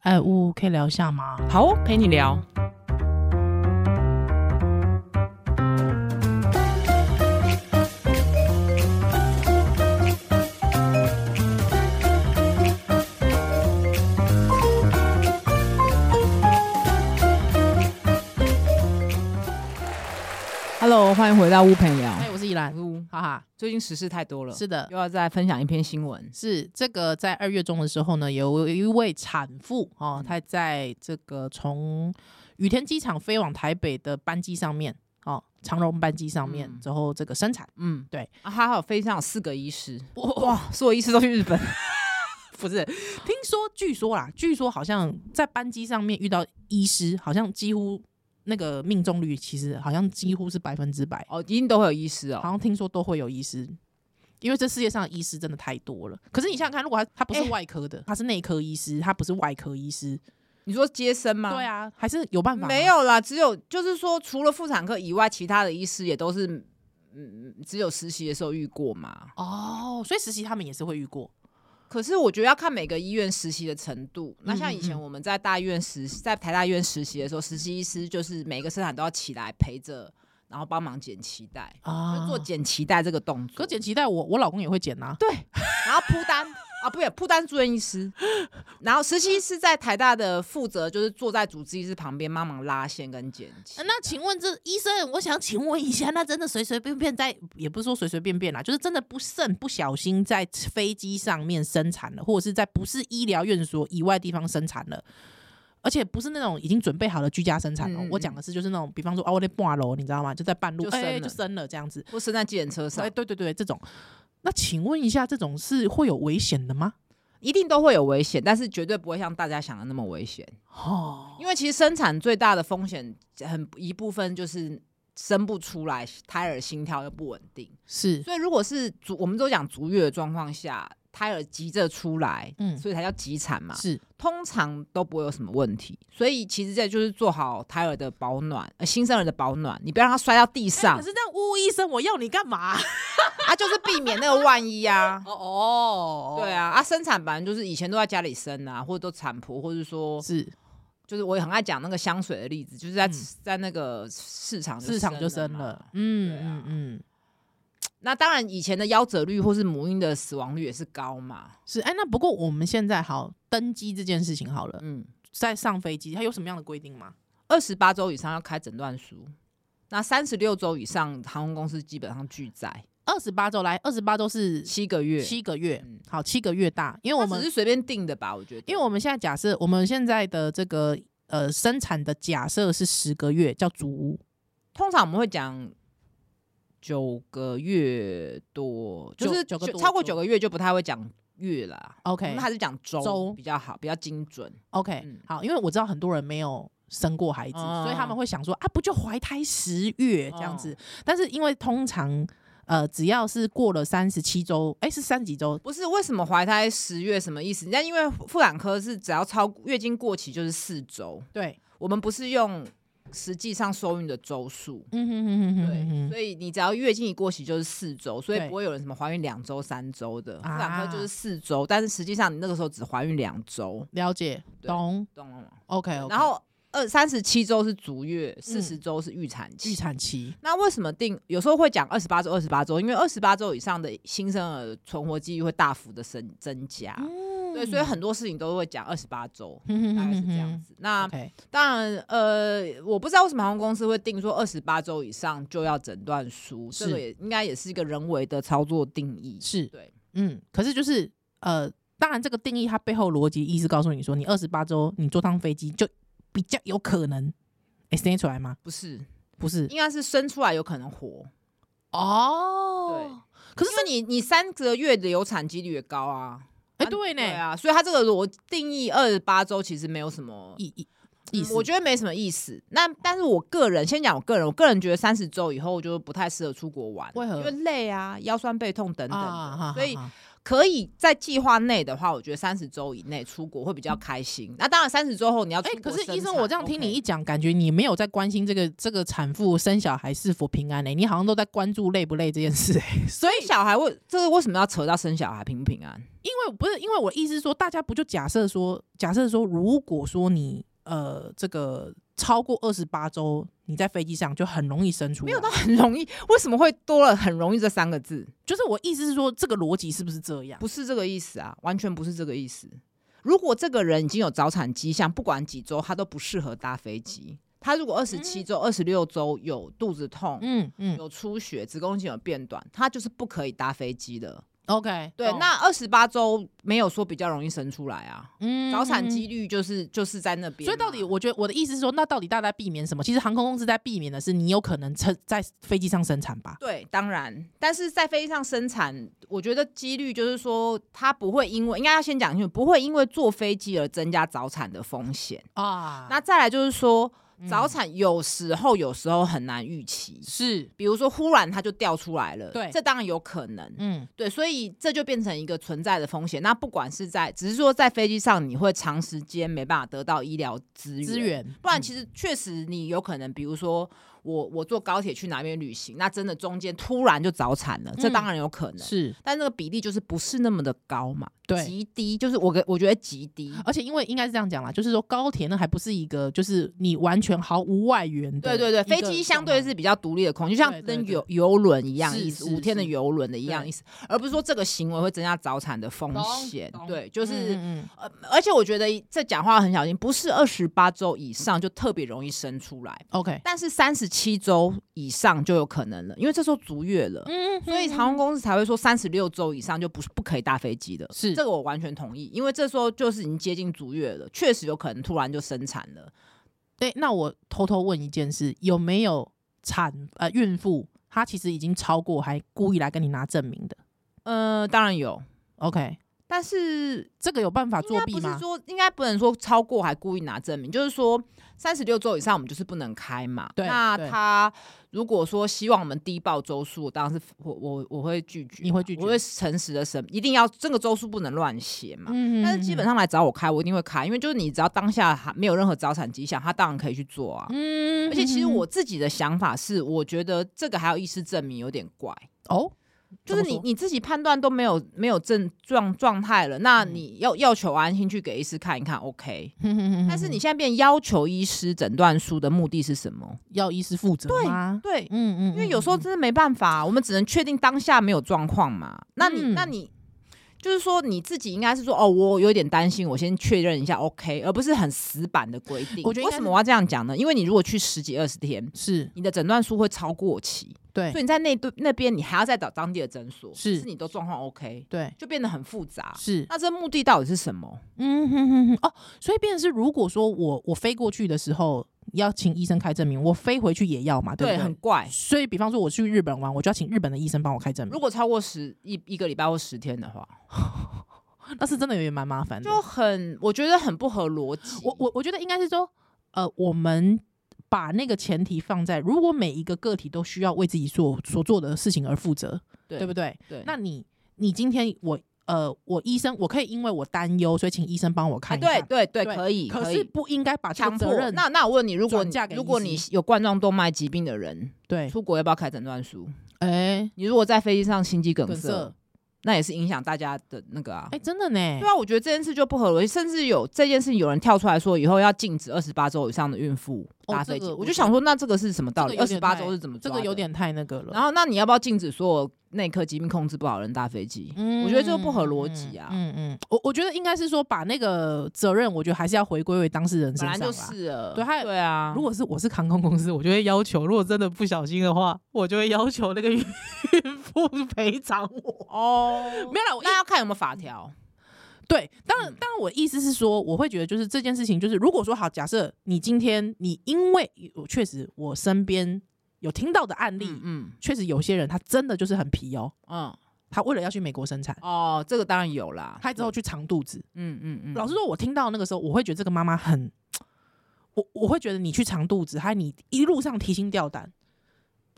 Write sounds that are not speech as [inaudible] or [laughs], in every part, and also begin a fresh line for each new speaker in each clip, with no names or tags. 哎，呜，可以聊一下吗？
好哦，陪你聊。
Hello，欢迎回到屋陪聊。
哎，我是依兰。
呜，哈哈，最近时事太多了，
呃是的，
又要再分享一篇新闻，
是这个在二月中的时候呢，有一位产妇哦，她在这个从羽田机场飞往台北的班机上面哦，长荣班机上面
嗯
之后这个生产，
嗯，
对
啊，还好飞机上有四个医师，
哇，
所有医师都去日本， [laughs]
不是，听说据说啦，据说好像在班机上面遇到医师，好像几乎那个命中率其实好像几乎是百分之百，
哦，一定都会有医师
好
哦。
像听说都会有医师。因为这世界上的医师真的太多了，可是你想想看，如果他他不是
哎
外科的，他是内科医师，他不是外科医师，
你说接生吗？
对啊，还是有办法吗。
没有啦，只有就是说，除了妇产科以外，其他的医师也都是，嗯，只有实习的时候遇过嘛。
哦，所以实习他们也是会遇过，
可是我觉得要看每个医院实习的程度。那像以
嗯
前
嗯
我们在大医院实习，在台大医院实习的时候，实习医师就是每个生产都要起来陪着，然后帮忙剪脐带，就
啊
做剪脐带这个动作。
可剪脐带我我老公也会剪啊呐、
对，然后铺 [laughs] 单啊，不也铺单住院医师，然后实习医师在台大的负责就是坐在主治医师旁边帮忙拉线跟剪辑。
呃那请问这医生，我想请问一下，那真的随随便便在，也不是说随随便便啦，就是真的不慎不小心在飞机上面生产了，或者是在不是医疗院所以外地方生产了。而且不是那种已经准备好了居家生产哦，
嗯嗯
我讲的是就是那种，比方说啊，我在半楼，你知道吗？就在半路，
就
哎、
生了
就生了这样子。
或是在计程车
哎，
上，
对对对，这种。那请问一下，这种是会有危险的吗？
一定都会有危险，但是绝对不会像大家想的那么危险。
哦，
因为其实生产最大的风险很一部分就是生不出来，胎儿心跳又不稳定。
是
所以如果是足，我们都讲足月的状况下，胎儿急着出来，
嗯
所以才叫急产嘛。
是，
通常都不会有什么问题。所以其实这就是做好胎儿的保暖，呃，新生儿的保暖，你不要让他摔到地
哎 [laughs]
上、
可是那呜呜医生，我要你干嘛？。
啊，就是避免那个万一啊
哦
对，啊，啊，生产本来就是以前都在家里生啊，或者都产婆，或者说
是
就是我也很爱讲那个香水的例子，就是在、
嗯
在那个市场
市场就生
嘛
了。。嗯
对啊
嗯嗯，
那当然，以前的夭折率或是母婴的死亡率也是高嘛。
是哎，那不过我们现在好登机这件事情好了，
嗯，
在上飞机它有什么样的规定吗？
二十八周以上要开诊断书，那三十六周以上航空公司基本上拒载
二十八周来，二十八周是
七个月。
七个月
嗯，
好七个月大，因为我
我们
们
只是随便定的吧，我觉得，
因为我们现在假设我们现在的这个呃生产的假设是十个月叫足屋，
通常我们会讲九个月多，
九
就是
九个多
超过
周
九个月就不太会讲月啦。
OK
哦我们还是讲周
周
比较好，比较精准。
OK，、
嗯
好，因为我知道很多人没有生过孩子，所以他们
嗯
会想说啊，不就怀胎十月这样
嗯
子。但是因为通常呃，只要是过了三十七周，哎、是三十几周，
不是为什么怀胎十月什么意思？但因为妇产科是只要超月经过期就是四周，
对，
我们不是用实际上受孕的周数。
嗯哼哼哼
对，
哼哼哼，
所以你只要月经一过期就是四周，所
对
以不会有人什么怀孕两周、三周的。妇产科就
啊
是四周，但是实际上你那个时候只怀孕两周，
了解，
对
懂
懂了吗？
，OK，,
然后二三十七周是足月，四十周是预产
嗯
期。
预产期
那为什么定有时候会讲二十八周、二十八周？因为二十八周以上的新生儿存活几率会大幅的增增加。啊
嗯
对，所以很多事情都会讲二十八周，
哼嗯哼
大概是
哼
这
哼
样子。啊那
OK，
当然，呃，我不知道为什么航空公司会定说二十八周以上就要诊断书，这
是
个也应该也是一个人为的操作定义。
是
对，
嗯，可是就是呃，当然这个定义它背后逻辑意思告诉你说，你二十八周你坐趟飞机就比较有可能。哎，生出来吗？
不是，
不是
应该是生出来有可能活。
哦，可
可
是
是你你三个月的流产几率也高啊。
哎，
啊
对呢，
对啊，所以它这个我定义二十八周其实没有什么
意意意
嗯
思，
我觉得没什么意思。那但是我个人先讲我个人，我个人觉得三十周以后就不太适合出国玩，
为何
因为累啊、腰酸背痛等等的。
啊哈哈 [laughs]
所以
哈
可以在计划内的话，我觉得三十周以内出国会比较开心。那当然，三十周后你要出
哎、
国
可
生
是
产
医生，我这样听你
OK
一讲，感觉你没有在关心这个这个产妇生小孩是否平安呢、你好像都在关注累不累这件事、欸。所以，
生小孩为这个为什么要扯到生小孩平不平安？
[laughs]
[laughs]
因为不是因为我的意思是说，大家不就假设说，假设说，如果说你呃这个超过二十八周，你在飞机上就很容易生出来。
没有到很容易，为什么会多了很容易这三个字？
就是我意思是说，这个逻辑是不是这样？
不是这个意思啊，完全不是这个意思。如果这个人已经有早产迹象，不管几周，他都不适合搭飞机。他如果二十七周、二十六周有肚子痛、
嗯嗯
有出血、子宫颈有变短，他就是不可以搭飞机的。
，OK，
对，
懂
那二十八周没有说比较容易生出来啊，
嗯
早产。
嗯
几率就是就是在那边啊。
所以到底，我觉得我的意思是说，那到底大家在避免什么？其实航空公司在避免的是，你有可能在在飞机上生产吧？
对，当然，但是在飞机上生产，我觉得几率就是说，它不会因为应该要先讲清楚，不会因为坐飞机而增加早产的风险。
啊
那再来就是说，早
嗯
产有时候有时候很难预期，
是，
比如说忽然它就掉出来了，
对
这当然有可能。
嗯，
对，所以这就变成一个存在的风险。那不管是在，只是说在飞机上，你会长时间没办法得到医疗资源，
资源，
不然
嗯
其实确实你有可能，比如说我我坐高铁去哪边旅行，那真的中间突然就早产了，这
嗯
当然有可能，
是
但那个比例就是不是那么的高嘛，
对
极低，就是我个我觉得极低。
而且因为应该是这样讲啦，就是说高铁呢还不是一个就是你完全毫无外援的
对
一个状
对对，
态，
飞机相对是比较独立的空间，就
对
像
对
跟
对
游游轮一样
是
意思，
是
五天的
是
游轮的一样
对
意思，而不是说这个行为会增加早产的风
懂
险
懂。
对，就是
嗯嗯
呃，而且我觉得这讲话很小心，不是二十八周以上就特别容易生出来，
OK，
但是三十七周以上就有可能了，因为这时候足月了，
嗯，
所以
嗯
航空公司才会说三十六周以上就不是不可以搭飞机的。
是
这个我完全同意，因为这时候就是已经接近足月了，确实有可能突然就生产了。
对。那我偷偷问一件事，有没有产呃孕妇她其实已经超过，还故意来跟你拿证明的
呃，当然有，
？OK，
但是
这个有办法
应
作
该
弊
不是
吗？
说应该不能说超过还故意拿证明，就是说三十六周以上我们就是不能开嘛。
对
那
对
他如果说希望我们低报周数，当然是我我我会拒绝嘛，
你会拒绝
我会诚实的审，一定要这个周数不能乱写嘛。
嗯
但是基本
上，
上来找我开，我一定会开，因为就是你只要当下还没有任何早产迹象，他当然可以去做啊。
嗯
而且其实
嗯嗯
我自己的想法是，我觉得这个还要医师证明有点怪。
哦，
就是
怎么
你
说
你自己判断都没有没有症状状态了，那
嗯
你要要求安心去给医师看一看，OK。
哼哼哼
[laughs] 但是
哼
你现在变要求医师诊断书的目的是什么？
[laughs] 要医师负责
对
吗？
对，
嗯嗯，
因为有时候
嗯嗯
真的没办法，我们只能确定当下没有状况嘛。那你、
嗯
那你就是说你自己应该是说哦，我有点担心，我先确认一下 OK，而不是很死板的规定。
我觉得应
为
该
什
是
么我要这样讲呢？因为你如果去十几二十天，
是
你的诊断书会超过期，
对
所以你在那对那边你还要再找当地的诊所，
是
是你都状况 OK，
对
就变得很复杂。
是
那这目的到底是什么？
嗯哼哼哼，哦，所以变成是，如果说我我飞过去的时候要请医生开证明，我飞回去也要嘛，对不对？
很怪。
所以，比方说我去日本玩，我就要请日本的医生帮我开证明
如，果超过十一一个礼拜或十天的话，
那是真的有点蛮麻烦的。
就很我觉得很不合逻辑。
嗯我我我觉得应该是说，呃，我们把那个前提放在，如果每一个个体都需要为自己所所做的事情而负责，
对
不对？
对，
那你你今天我呃，我医生我可以因为我担忧，所以请医生帮我
哎
看一看，
对对对，
对
可以，
可
可
是
以。
不应该把这
强
个责
迫
任
那那我问你，如果
转
你
嫁给
如果
医
你
师
有冠状动脉疾病的人
对，
出国要不要开诊断书？
哎
你如果在飞机上心肌梗
梗
塞，
塞
那也是影响大家的那个啊。
哎，真的呢，
对啊，我觉得这件事就不合逻辑，甚至有这件事有人跳出来说，以后要禁止二十八周以上的孕妇
哦
搭
这
飞机，
个我
我就
觉得
想说，那这个是什么道
这个
理？
有
二
点
十八
太
周是怎么
这
抓
个有
的
点太那个了。
然后，那你要不要禁止所有内科疾病控制不好的人搭飞机？
嗯
我觉得这不合逻辑啊
嗯嗯嗯，我我觉得应该是说把那个责任，我觉得还是要回归为当事人身
本
上啦。
来就是了，
对还
对啊。
如果是我是航空公司，我就会要求，如果真的不小心的话，我就会要求那个 [laughs] 孕妇赔偿我。
哦，
没有啦，我一
那要看有没有法条。
对，当然
嗯，
当然，我意思是说，我会觉得就是这件事情，就是如果说好，假设你今天你因为我确实我身边有听到的案例，
嗯嗯
确实有些人他真的就是很皮哦，
嗯，
他为了要去美国生产，
哦，这个当然有啦。
他之后去长肚子，
嗯嗯嗯，
老实说，我听到那个时候，我会觉得这个妈妈很，我我会觉得你去长肚子，还有你一路上提心吊胆，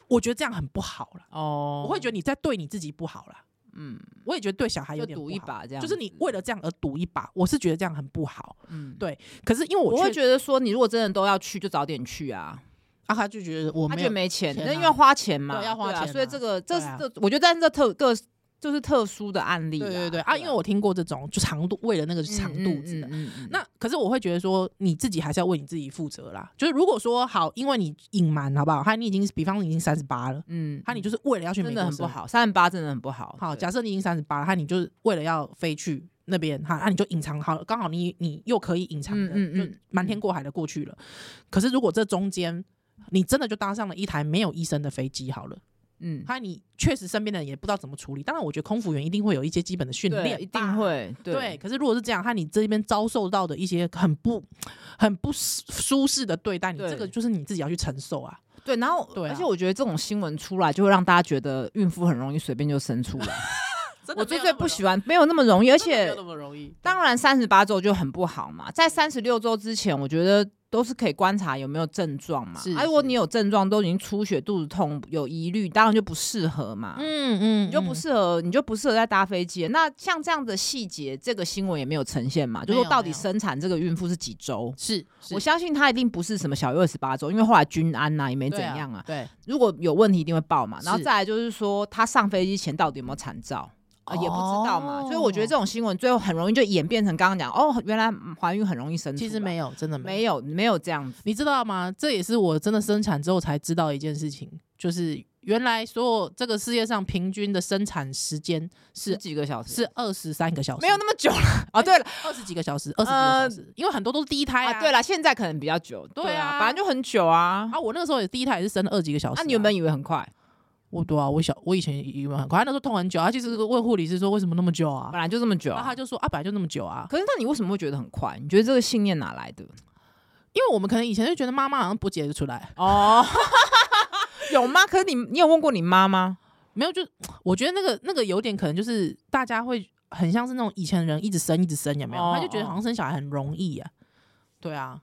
我觉得这样很不好了。
哦，
我会觉得你在对你自己不好了。
嗯，
我也觉得对小孩有
就
点
赌
不
一
好，
把这样
就
子，
是你为了这样而赌一把，我是觉得这样很不好。
嗯，
对可是因为
我
我
会
会
觉得说，你如果真的都要去，就早点去啊。
啊，他就觉得我
他
没
觉得
有
没钱，
钱
那因为
啊
要花钱嘛，
对要花
啊
钱
所以
啊
这个这是
对啊
这，我觉得但是这特个这是特殊的案例啦，
对对对啊，因为我听过这种就长肚为了那个长肚子的。
嗯嗯嗯嗯
那可是我会觉得说，你自己还是要为你自己负责啦。就是如果说好，因为你隐瞒好不好？还你已经，比方你已经三十八了，
嗯，
还你就是为了要去美
真
国
的很不
生活。
好，三十八真的很不好。
好，
哦对
假设你已经三十八了，那你就是为了要飞去那边，哈，那你就隐藏好了，刚好你你又可以隐藏的，
嗯嗯嗯
就瞒天过海的过去了。可是如果这中间你真的就搭上了一台没有医生的飞机，好了，
嗯，
还你确实身边的人也不知道怎么处理。当然，我觉得空服员一定会有一些基本的训
对，
练，
一定。会
对，
对，
可是如果是这样，和你这边遭受到的一些很不、很不舒舒适的对待，你
对
这个就是你自己要去承受啊。
对，然后
对啊
而且我觉得这种新闻出来，就会让大家觉得孕妇很容易随便就
[laughs]
生出来。我最最不喜
欢，
欢没有那么容易，而
而
且
那么容易。
当然三十八周就很不好嘛，在三十六周之前，我觉得都是可以观察有没有症状嘛
是。
啊，如果
是
你有症状，都已经出血、肚子痛、有疑虑，当然就不适合嘛。
嗯嗯，
你就不
是
适合，你就不适合再搭飞机了。那像这样的细节，这个新闻也没有呈现嘛，就
没有
说到底
没有
生产这个孕妇是几周？
是，
我相信她一定不是什么小于二十八周，因为后来均安呐、也没
没
怎样啊。
对，
如果有问题一定会报嘛。
是
然后再来就是说，她上飞机前到底有没有产兆？呃、也不知道嘛，
哦
所以我觉得这种新闻最后很容易就演变成刚刚讲哦，原来嗯怀孕很容易生出
其
来，
实没有，真的没有。
没有没有这样子，
你知道吗？这也是我真的生产之后才知道一件事情，就是原来所有这个世界上平均的生产时间
十
是
几个小时
是二十三个小时，啊
嗯没有那么久
[laughs]
了。哦，对了呃
二十几个小时，二十几个小时，因为很多都是第一胎
啊，对
了
了，现在可能比较久，
哎对啊
啊，反正就很久啊。
啊，我那个时候也第一胎也是生了二十几个小时、啊
那你原本以为很快？
我对啊，我小我以前以为很快，他那时候痛很久，他就是问护理师说为什么那么久啊
本，来就这么久、
然后
啊
他。就说啊，本来就那么久啊，
可是，那你为什么会觉得很快？你觉得这个信念哪来的？
因为我们可能以前就觉得妈妈好像不解得出来，
哦， [laughs] 有吗？可是你，你有问过你妈吗？
没有，就我觉得那个那个有点可能就是大家会很像是那种以前人一直生一直生，有没有？
哦
他就觉得好像生小孩很容易啊，对啊。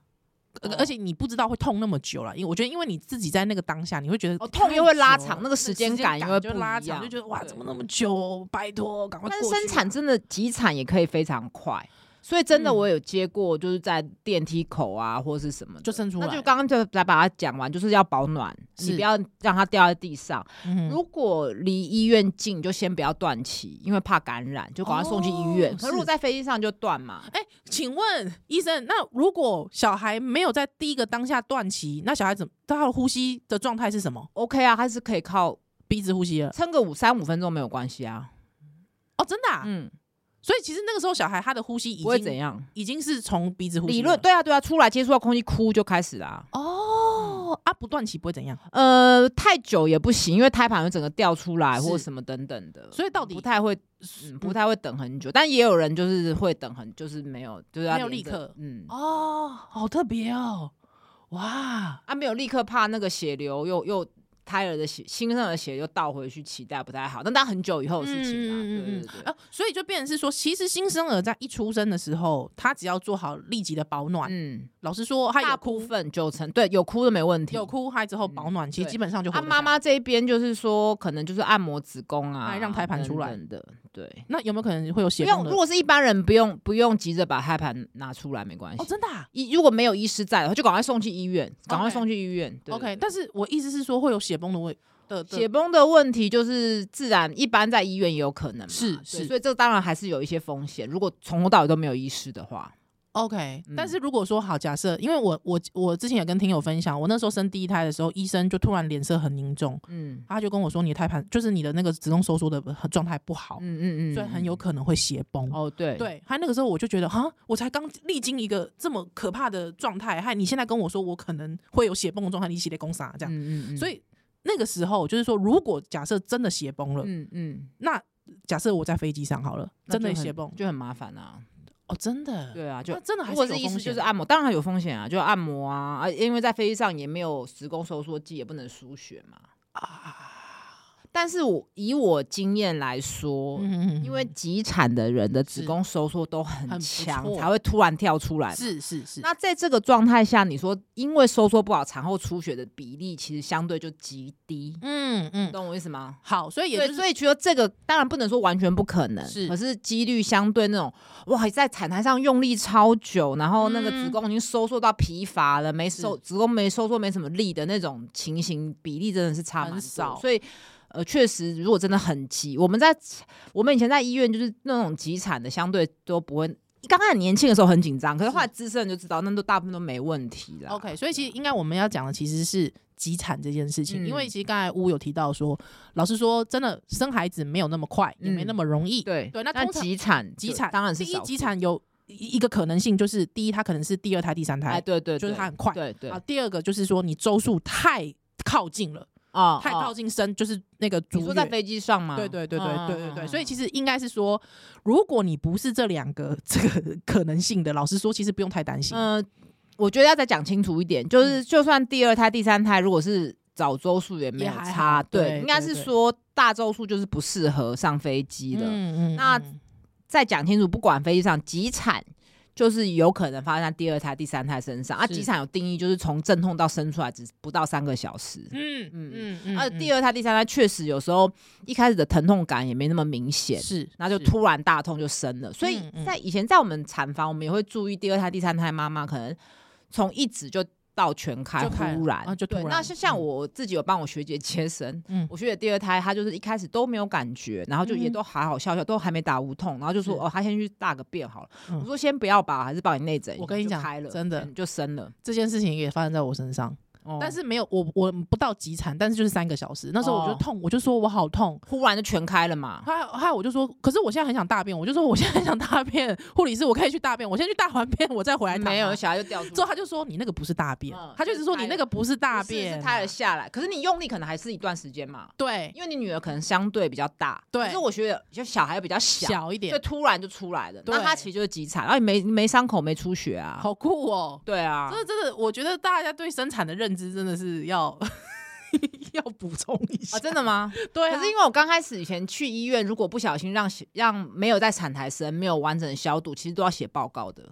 而
哦
而且你不知道会痛那么久了，因为我觉得，因为你自己在那个当下，你会觉得
哦痛又会拉
太久了
长那个时间感又会
就
不
拉
一
长，
样
就觉得哇，
对
怎么那么久？哦拜托，赶快过
但
去
是
啊。
生产真的急产也可以非常快，所以真的
嗯
我有接过，就是在电梯口啊，或是什么的
就生出来
那
了，
就刚刚就来把它讲完，就是要保暖，
是
你不要让它掉在地上。
嗯
如果离医院近，就先不要断气，因为怕感染，就赶快送去医院。
哦
可是如果
是
在飞机上就断嘛，
哎、请问医生，那如果小孩没有在第一个当下断气，那小孩怎么他的呼吸的状态是什么？
OK 啊，还是可以靠
鼻子呼吸了？
撑个五三五分钟没有关系啊。
哦，真的、啊。
嗯，
所以其实那个时候小孩他的呼吸已
不会怎
经
样。
已经是从鼻子呼吸了。
理论对啊对啊，出来接触到空气哭就开始啦、
哦、啊，不断气不会怎样。
呃，太久也不行，因为胎盘会整个掉出来
是
或什么等等的，
所以到底
不太会、嗯不太会等很久。但也有人就是会等很，就是没有，就是要
没有
连
立
着
刻
嗯。
哦，好特别哦，哇，
啊，没有立刻怕那个血流又又胎儿的血新生儿的血又倒回去，脐带不太好。但但很久以后的事情啦，对对对，
啊，所以就变成是说，其实新生儿在一出生的时候，他只要做好立即的保暖。
嗯，
老实说，他
大
有
部
哭
分九成对有哭的没问题，
有哭，他之后保暖，其实
对
基本上就活
啊，
得
妈
下来
妈这一边就是说，可能就是按摩子宫啊，
哎让胎盘出来
等等的，对。
那有没有可能会有
不
血
用，
崩
如
的？
果是一般人，不用不用急着把胎盘拿出来，没关系
哦，。真的、啊、
医、如果没有医师在的话，就赶快送去医院，赶快
OK
送去医院。对
OK。
对
但是我意思是说，会有血崩的位的
血
的
崩的问题就是自然，一般在医院也有可能嘛。
是
对
是
所以这当然还是有一些风险。如果从头到尾都没有医师的话，
OK、
嗯
但是如果说好，假设因为我我我之前也跟听友分享，我那时候生第一胎的时候，医生就突然脸色很凝重，
嗯
他就跟我说，你的胎盘就是你的那个子宫收缩的状态不好，
嗯嗯嗯，
所以很有可能会血崩。
哦，对，
对，他那个时候我就觉得，哈，我才刚历经一个这么可怕的状态，害你现在跟我说我可能会有血崩的状态，你一起来攻杀这样。
嗯嗯嗯，
所
以
以那个时候就是说，如果假设真的血崩了，
嗯嗯，
那假设我在飞机上好了，
那
真的
就很
血崩
就很麻烦啊。
哦，真的，
对啊，就
那真的还
如
是有
果是医
风
师
险
就是
的
按摩，当然有风险啊，就按摩啊，啊，因为在飞机上也没有子宫收缩剂，也不能输血嘛。
啊，
但是我以我经验来说，
嗯，
因为急产的人的子
是
宫收缩都
很
很
不
强，
错
才会突然跳出来嘛。
是是是，
那在这个状态下，你说因为收缩不好，产后出血的比例其实相对就极低，
嗯嗯，
懂我意思吗？
好，所以也
对，
就是
所以觉得这个当然不能说完全不可能，
是
可是几率相对那种哇，在产台上用力超久，然后那个
嗯
子宫已经收缩到疲乏了，没收
是
子宫没收缩没什么力的那种情形，比例真的是差
很
蛮多
少
所以。呃，确实，如果真的很急，我们在我们以前在医院就是那种急产的，相对都不会。刚开始年轻的时候很紧张，可是后来资深就知道，那都大部分都没问题了。
OK，所以其实应该我们要讲的其实是急产这件事情，因为
嗯
其实刚才乌有提到说，老实说，真的生孩子没有那么快，也没那
嗯
么容易。
对
对那
但
通常
急产
急
就
产
当然是
第一
少
急
数，
产有一一个可能性就是，第一，它可能是第二胎、第三
哎，
胎，
对对，
就是
对
它很快
对对
啊；第二个就是说你周数太靠近了，
啊
太靠近生，就是那个
你
足
说在
月
飞机上嗯吗？
对对对对对对对，所以
实
其实应该是说，如果你不是这两个这个 [laughs] 可能性的，老实说，其实不用太担心。
嗯、呃我觉得要再讲清楚一点，就是就算第二胎、第三胎，如果是早周数也没
也
有
还好
差，
对
对，应该
对
是
对
说大周数就是不适合上飞机的。
嗯
那再讲清楚，不管飞机上急产。就是有可能发生在第二胎、第三胎身上啊。
是
急产有定义，就是从阵痛到生出来只不到三个小时。
嗯
嗯
嗯嗯，
啊，第
二
二胎、第三胎确实有时候一开始的疼痛感也没那么明显，
是，
然后就是突然大痛就生了。所以
嗯嗯
在以前在我们产房，我们也会注意第二胎、第三胎妈妈可能从一指就到全开，
就
哦
开了
突然
啊就突
对
然
那是像
嗯
我自己有帮我学姐接生。
嗯
我学姐第二胎，她就是一开始都没有感觉，然后就也
嗯
都还好笑笑，都还没打无痛，然后就说
是
哦，她先去大个便好了。
嗯
我说先不要吧，还是帮你内诊。
我跟你
就
讲
开了
真的
嗯就生了。
这件事情也发生在我身上，
哦
但是没有我我不到急产，但是就是三个小时，那时候我就
哦
痛，我就说我好痛。
忽然就全开了嘛。
还有还有，我就说，可是我现在很想大便，我就说我现在很想大便，护理师我可以去大便，我先去大完便，我再回来躺
没有
吗
小孩就掉出
之后
来，
他就说你那个不是大便，
嗯
他就一直说你那个不是大便，
不是是胎儿下来，可是你用力可能还是一段时间嘛。
对
因为你女儿可能相对比较大，
对
可是我觉得就小孩比较小，
小一点
所以，突然就出来了。
对
那她其实就是急产，然后也没没伤口，没出血啊。
好酷
[laughs]
哦。
对啊
真，的真的，我觉得大家对生产的认知真的是要 [laughs] 要补充一下。
啊，真的吗？
对啊、
可是因为我刚开始以前去医院，如果不小心让血让没有在产台生，没有完整的消毒，其实都要写报告的。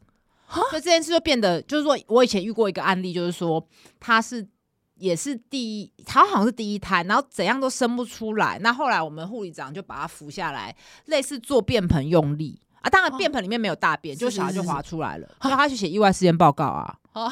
所以这件事就变得，就是说我以前遇过一个案例，就是说她是也是第一，她好像是第一胎，然后怎样都生不出来。那后来我们护理长就把她扶下来，类似做便盆用力啊，当然
哦
便盆里面没有大便，
是
就小孩
是是
就是滑出来了， [laughs] 所以她去写意外事件报告啊。
哦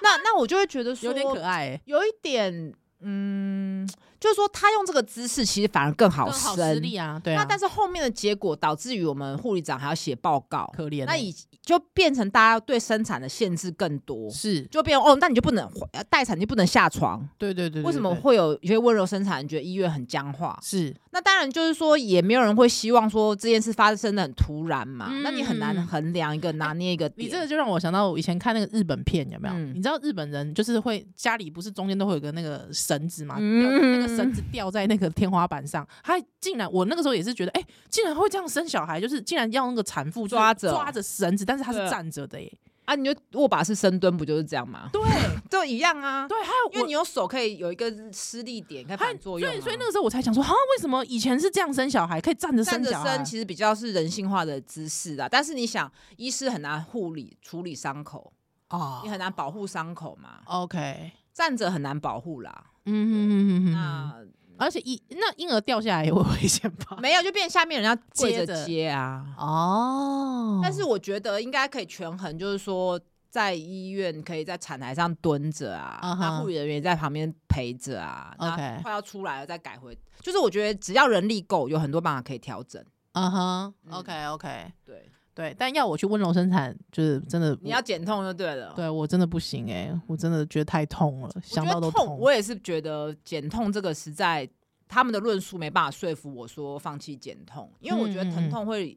那那我就会觉得说
有点可爱、欸，
有一点，嗯，就是说他用这个姿势，其实反而更好
更好吃
生。
力啊，对啊，
那但
是
是后面的结果导致于我们护理长还要写报告，
可怜欸、
那以就变成大家对生产的限制更多，
是
就变哦，那你就不能呃待产就不能下床。
对对对对
为什么
对
会有一些温柔生产人觉得医院很僵化？
是
那当然就是说，也没有人会希望说这件事发生的很突然嘛。
嗯
那你很难衡量一个拿捏一哎个点。
你这个就让我想到我以前看那个日本片有没有？
嗯
你知道日本人就是会家里不是中间都会有个那个绳子嘛，
嗯
吊那个绳子吊在那个天花板上，他竟然我那个时候也是觉得，哎、竟然会这样生小孩，就是竟然要那个产妇就是
抓着
抓着绳子，但是他是
对
站着的耶，
啊，你就握把式深蹲不就是这样吗？
对
[laughs] 就一样啊。
对，还有
因
我
为你用手可以有一个施力点，可
还
以反作用、啊。
对，所以那个时候我才想说，哈，为什么以前是这样生小孩，可以站着
站
生
着
小孩
生？其实比较是人性化的姿势啊。但是你想，医师很难护理处理伤口，
啊
你很难保护伤口嘛，
，OK，
站着很难保护啦。
嗯哼哼哼哼哼，
那
而且婴那婴儿掉下来也会危险吧？
没有就变下面人家跪
接着
着接啊。
哦，
但是我觉得应该可以权衡，就是说。在医院可以在产台上蹲着啊
嗯哼
那护理人员也在旁边陪着啊。那
OK
快要出来了再改回，就是我觉得只要人力够，有很多办法可以调整。
嗯哼
嗯
，OK OK，
对，
对，但要我去温柔生产，就是真的，
你要减痛就对了。
我对我真的不行哎、我真的觉得太痛了，
我觉
想
得
到都
痛，我也是觉得减痛这个实在，他们的论述没办法说服我说放弃减痛，因为我觉得
嗯嗯嗯
疼痛会，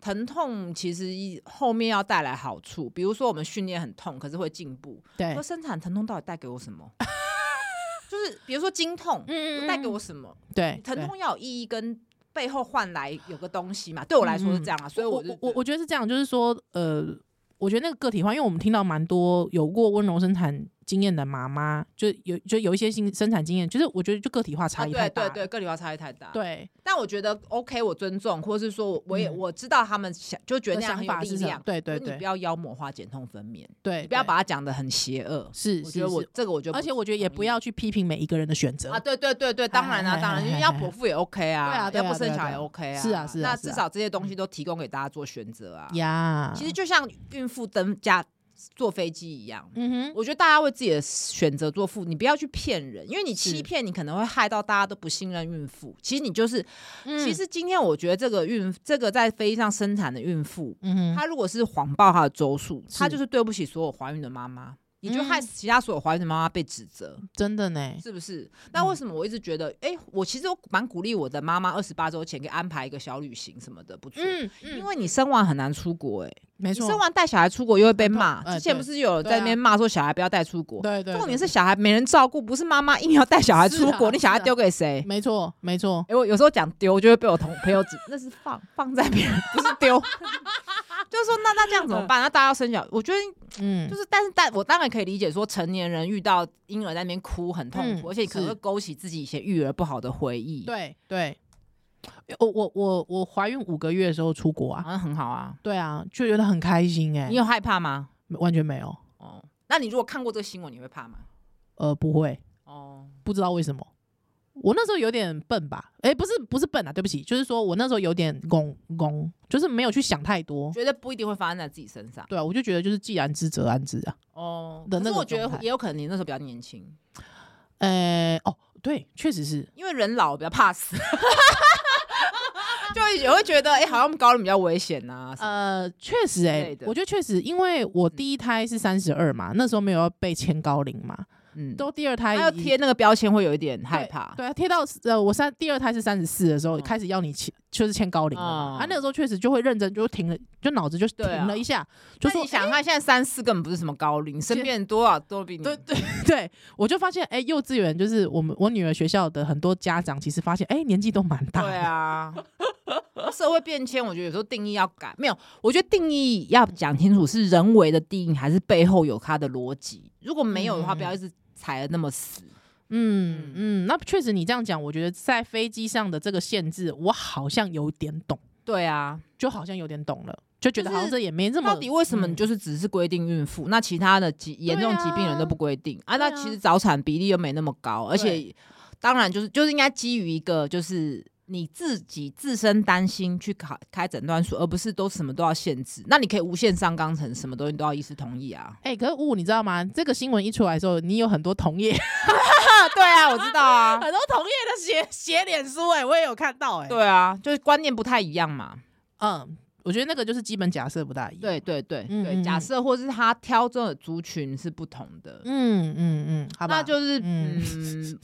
疼痛其实一后面要带来好处，比如说我们训练很痛，可是会进步。
对嗯
说，生产疼痛到底带给我什么？ [laughs] 就是比如说经痛
嗯
带给我什么？
对
疼
对
痛要有意义跟。背后换来有个东西嘛，对我来说是这样啊，所以
嗯我
就
我
觉得
我觉得是这样，就是说，呃，我觉得那个个体化，因为我们听到蛮多有过温柔生产经验的妈妈，就有就有一些新生产经验，就是我觉得就个体化差异哦太
啊对
大了、
对对，个体化差异太大。，
对
但我觉得 OK，我尊重，或是说我也
嗯
我知道他们想就觉得
的
那样
想
很有
法
力
是什么
量？，
对对
可是你
对
不要妖魔化、减痛分娩，
对，
你不要
对
把它讲的很邪恶。
是，
我
是
觉得我
是
这个我就不
而且我觉得也不
同意
要去批评每一个人的选择
啊，对对对对，当然啦、
哎
当然，因为要剖腹也 OK 啊，
对啊对
要
啊
不生
对啊
小孩也
对啊
OK 啊，
是啊是啊
那
是啊
至少这些东西都提供给大家做选择啊。
呀。
其实就像孕妇登家坐飞机一样。
嗯哼，
我觉得大家为自己的选择做负，你不要去骗人，因为你
是
欺骗你可能会害到大家都不信任孕妇。其实你就是，
嗯
其实今天我觉得这个孕这个在飞机上生产的孕妇，
嗯哼，
她如果是谎报她的周数，她
是
就是对不起所有怀孕的妈妈，你就
嗯
害其他所有怀孕的妈妈被指责。
真的呢，
是不是？那
嗯
为什么我一直觉得，哎、我其实我蛮鼓励我的妈妈二十八周前给安排一个小旅行什么的，不错。
嗯
因
嗯，
为你生完很难出国、哎，
没
你
错
生，完带小孩出国又会被
很痛
骂。
哎
之前
对
不是有
对
在那边
啊
骂说小孩不要带出国，
对对，
重点
对
是小孩没人照顾，不是妈妈硬要带小孩
是
出国，
啊
你小孩
是啊
丢给谁？
没错没错，
哎、我有时候讲丢就会被我同朋友指，那是放放在别人，不是丢。 [laughs] 就是说，那那这样怎么办？那大家要生小，我觉得
嗯
就，是，但是但我当然可以理解，说成年人遇到婴儿在那边哭很痛苦，
嗯
而且可能
是
会勾起自己以前育儿不好的回忆。，
对对，我我我我怀孕五个月的时候出国啊，
好像很好啊。
对啊，就觉得很开心哎
你，有害怕吗？
完全没有，
哦，那你如果看过这个新闻，你会怕吗？
呃，不会，
哦，
不知道为什么。我那时候有点笨吧，哎、不是不是笨啊，对不起，就是说我那时候有点懵懵，就是没有去想太多。
觉得不一定会发生在自己身上。
对啊，我就觉得就是既然知则安之啊。
哦
的
可
那
是
个
我觉
状
得
态
也有可能你那时候比较年轻，
呃，哦，对，确实是，
因为人老比较怕死， [laughs] 就也会觉得哎、好像高龄比较危险呐、啊。
呃，确实、
之
欸，
类
哎
的，
我觉得确实，因为我第一胎是三十二嘛，那时候没有要被签高龄嘛，
嗯，
都第二胎
还要
已
贴那个标签会有一点害怕。
对啊，贴到呃，我三第二胎是三十四的时候、
嗯
开始要你签，就是签高龄了嘛
哦
啊，那个时候确实就会认真，就停了，就脑子就停
对啊
了一下，就
就
说
你想看，现在三四根本不是什么高龄，身
现
边人多少都比你
对对对，我就发现，哎、幼稚园就是我们我女儿学校的很多家长，其实发现，哎、年纪都蛮大的，
对啊， [laughs] 社会变迁，我觉得有时候定义要改。没有，我觉得定义要讲清楚是人为的定义，还是背后有它的逻辑。如果没有的话，
嗯
不要一直踩的那么死。
嗯嗯，那确实你这样讲，我觉得在飞机上的这个限制，我好像有点懂，
对啊，
就好像有点懂了，就觉得
就是
好像这也没这么嗯
到底为什么你就是只是规定孕妇，那其他的疾严重疾病人都不规定啊？
对啊
那其实早产比例又没那么高，而且当然就是就是应该基于一个就是。你自己自身担心去开开诊断书，而不是都什么都要限制。那你可以无限上纲成什么东西都要医师同意
[laughs]
啊。
哎、可是呜，你知道吗？这个新闻一出来的时候，你有很多同业， [laughs]
啊，对啊，我知道啊，
很多同业的写写脸书、哎，我也有看到、哎，，
对啊，就是观念不太一样嘛。
嗯，我觉得那个就是基本假设不大一样，
对，对对
嗯
对，假设或是他挑中的族群是不同的，
嗯嗯嗯，好吧，
那就是
嗯
嗯，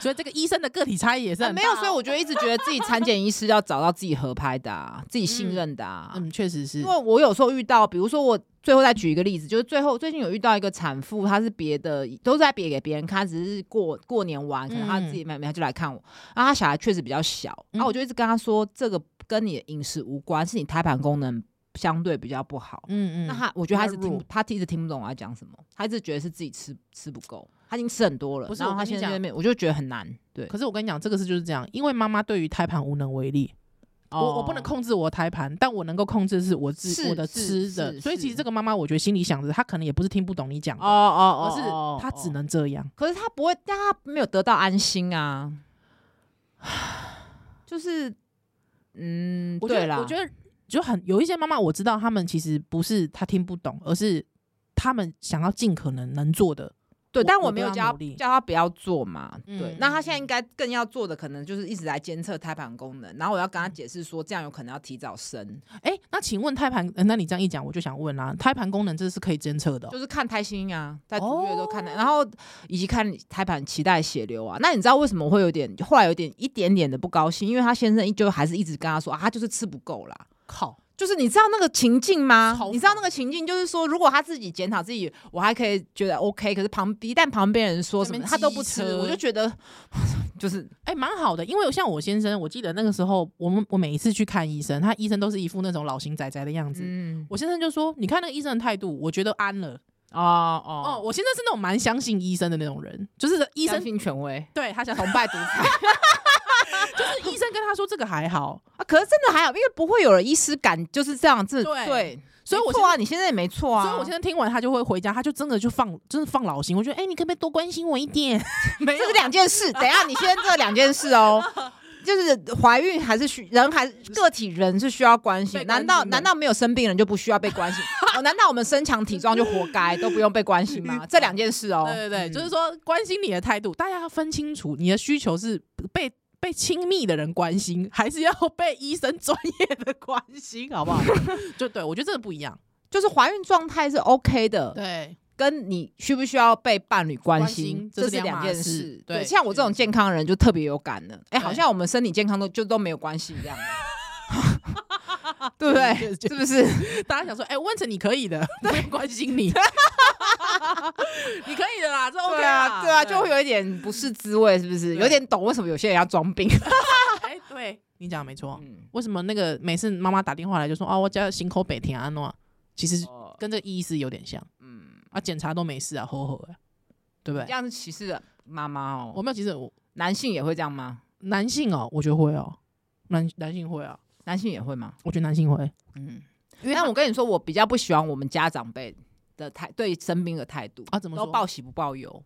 所以这个医生的个体差异也是
呃
很
没
大、
有，所以我就一直觉得自己产检医师要找到自己合拍的、啊，自己信任的、啊。
嗯，确实是
因，为我有时候遇到，比如说我最后再举一个例子，就是最后最近有遇到一个产妇，她是别的都是在别给别人看，她只是过过年玩，可能她
嗯
自己妹妹她就来看我，然后她小孩确实比较小，然后我就一直跟她说，这个跟你的饮食无关，是你胎盘功能相对比较不好。
嗯嗯，
那她我觉得她一直
比较
听
弱，
她一直听不懂我在讲什么，她一直觉得是自己吃吃不够，她已经吃很多了，
不是
然后
我
她
跟你
现在
讲
在那边，我就觉得很难，对，
可是我跟你讲，这个事就是这样，因为妈妈对于胎盘无能为力，我我不能
哦
控制我的胎盘，但我能够控制是我自
是
我的吃
是
的，
是
所以其实
是
这个妈妈，我觉得心里想着，她可能也不是听不懂你讲的，
哦哦哦，
而
哦
是她只，
哦
能这样。
可是她不会，但她没有得到安心啊， [sighs] 就是嗯，
我觉
对
得
啦，
我觉得就很有一些妈妈，我知道她们其实不是她听不懂，而是她们想要尽可能能做的。
对，
我
但
我
我
不
没有
要
叫
努力
她叫她不要做嘛，对
嗯，
那她
嗯
现在应该更要做的，可能就是一直来监测胎盘功能，然后我要跟她解释说，这样有可能要提早生，
哎、那请问胎盘、呃那你这样一讲，我就想问啦、胎盘功能这是可以监测的哦、
就是看胎心啊，在足月都看的，然后以及看胎盘脐带血流啊。那你知道为什么我会有点后来有点一点点的不高兴？因为她先生依旧还是一直跟她说啊，她就是吃不够啦。
靠，
就是你知道那个情境吗
超烦？
你知道那个情境，就是说，如果他自己检讨自己，我还可以觉得 OK。可是旁一旦旁边人说什
这
么
边
他都不吃
机，车
我就觉得就是
哎、蛮好的，因为像我先生，我记得那个时候，我们我每一次去看医生，他医生都是一副那种老型仔仔的样子。
嗯，
我先生就说：“你看那个医生的态度，我觉得安了。
哦哦
哦，我现在是那种蛮相信医生的那种人，就是医生
相信权威
对他想崇拜独
[laughs]
裁，就是医生跟他说这个还好，
啊，可是真的还好，因为不会有人医师感就是这样子。
对
对，
所以我现
没错啊，你现在也没错啊，
所以我现在听完他就会回家，他就真的就放，真的放老心。我觉得，哎、你可不可以多关心我一点？
[laughs]
没
这是两
[laughs]
件事。等一下，你先这两件事哦，就是怀孕还是需人还是个体人是需要关心
被，关
难
心
道
的
难道没有生病人就不需要被
[laughs]
关心？哦，难道我们身强体壮就活该都不用被关心吗？这两件事哦，
对对对，
嗯
就是说关心你的态度，大家要分清楚，你的需求是被被亲密的人关心，还是要被医生 [laughs] 专业的关心，好不好？就对我觉得这个不一样。
就是怀孕状态是 OK 的，
对，
跟你需不需要被伴侣关
关
心
心，这是
是
两
两
码
件
事
事。
对
对，像我这种健康人就特别有感的，哎，
对
好像我们身体健康都就都没有关系
[laughs]
一样。 [laughs] 对不 [laughs] 对？是不是？
大家想说，哎、问成你可以
[laughs]
的，不用关心你，你可以的啦，这 OK
对啊，
啦
对啊，就会有一点不是滋味，是不是？
对
有点懂为什么有些人要装病。
哎、对你讲的没错。
嗯，
为什么那个每次妈妈打电话来就说啊，我家心口北田啊安诺，其实
[laughs] 哦
跟这个意思有点像
嗯，
啊，检查都没事啊，吼吼啊，对不
这
对？
样是歧视妈妈
我
哦。
没有，其实我
男性也会这样吗？
男性哦，我觉得会哦，男男性会啊，
男性也会吗？
我觉得男性会，
嗯，
因为
但
他
我跟你说，我比较不喜欢我们家长辈的态对生病的态度
啊怎么
都
说
报喜不报忧，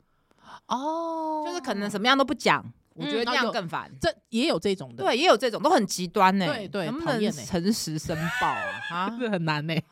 哦
就是可能什么样都不讲，我觉得
嗯
那
啊
样
有
更烦。
这也有这种的，，
对，也有这种都很极端呢、
对对
能不
讨
能
厌欸
诚实申报啊？ [laughs] 啊，
这很难呢、欸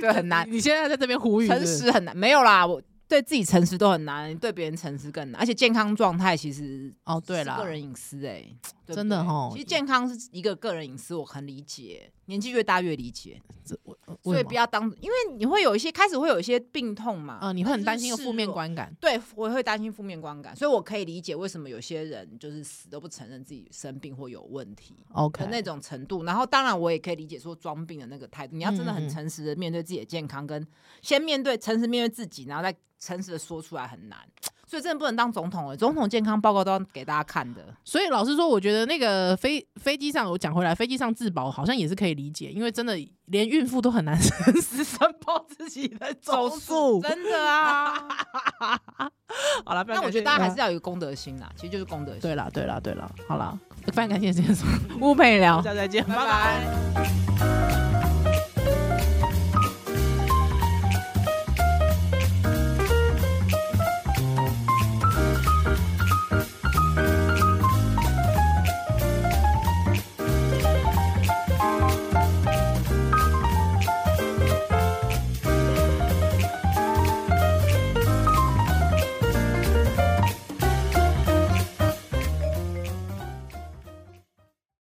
对，很难，
你现在在这边呼吁
诚
是不是
实很难，没有啦，我对自己诚实都很难，对别人诚实更难，而且健康状态其实
哦，对
是
啦
个，人隐私哎、对不
真的
对
吼
其实健康是一个个人隐私，我很理解，年纪越大越理解，
这我
所以不
要
要当，因为你会有一些开始会有一些病痛嘛，
啊、你会很担心有
就是
负面
示弱
观感，
对，我会担心负面观感，所以我可以理解为什么有些人就是死都不承认自己生病或有问题。
OK，
的那种程度，然后当然我也可以理解说装病的那个态度，你要真
嗯
的
嗯
很
嗯
诚实的面对自己的健康，跟先面对诚实面对自己，然后再诚实的说出来很难，所以真的不能当总统了，欸总统健康报告都要给大家看
[laughs]
的。
所以老实说，我觉得那个飞飞机上，我讲回来，飞机上自保好像也是可以理解，因为真的连孕妇都很难 [laughs] 诚实申报自己的手术。
真的
[laughs]
啊，
好了，
但我觉得大家还是要有公德心啦，其实就是公德
嗯
心。
对啦，对啦，对啦，好啦，非常感谢今天的收听，
乌佩聊
大家再见，
拜拜。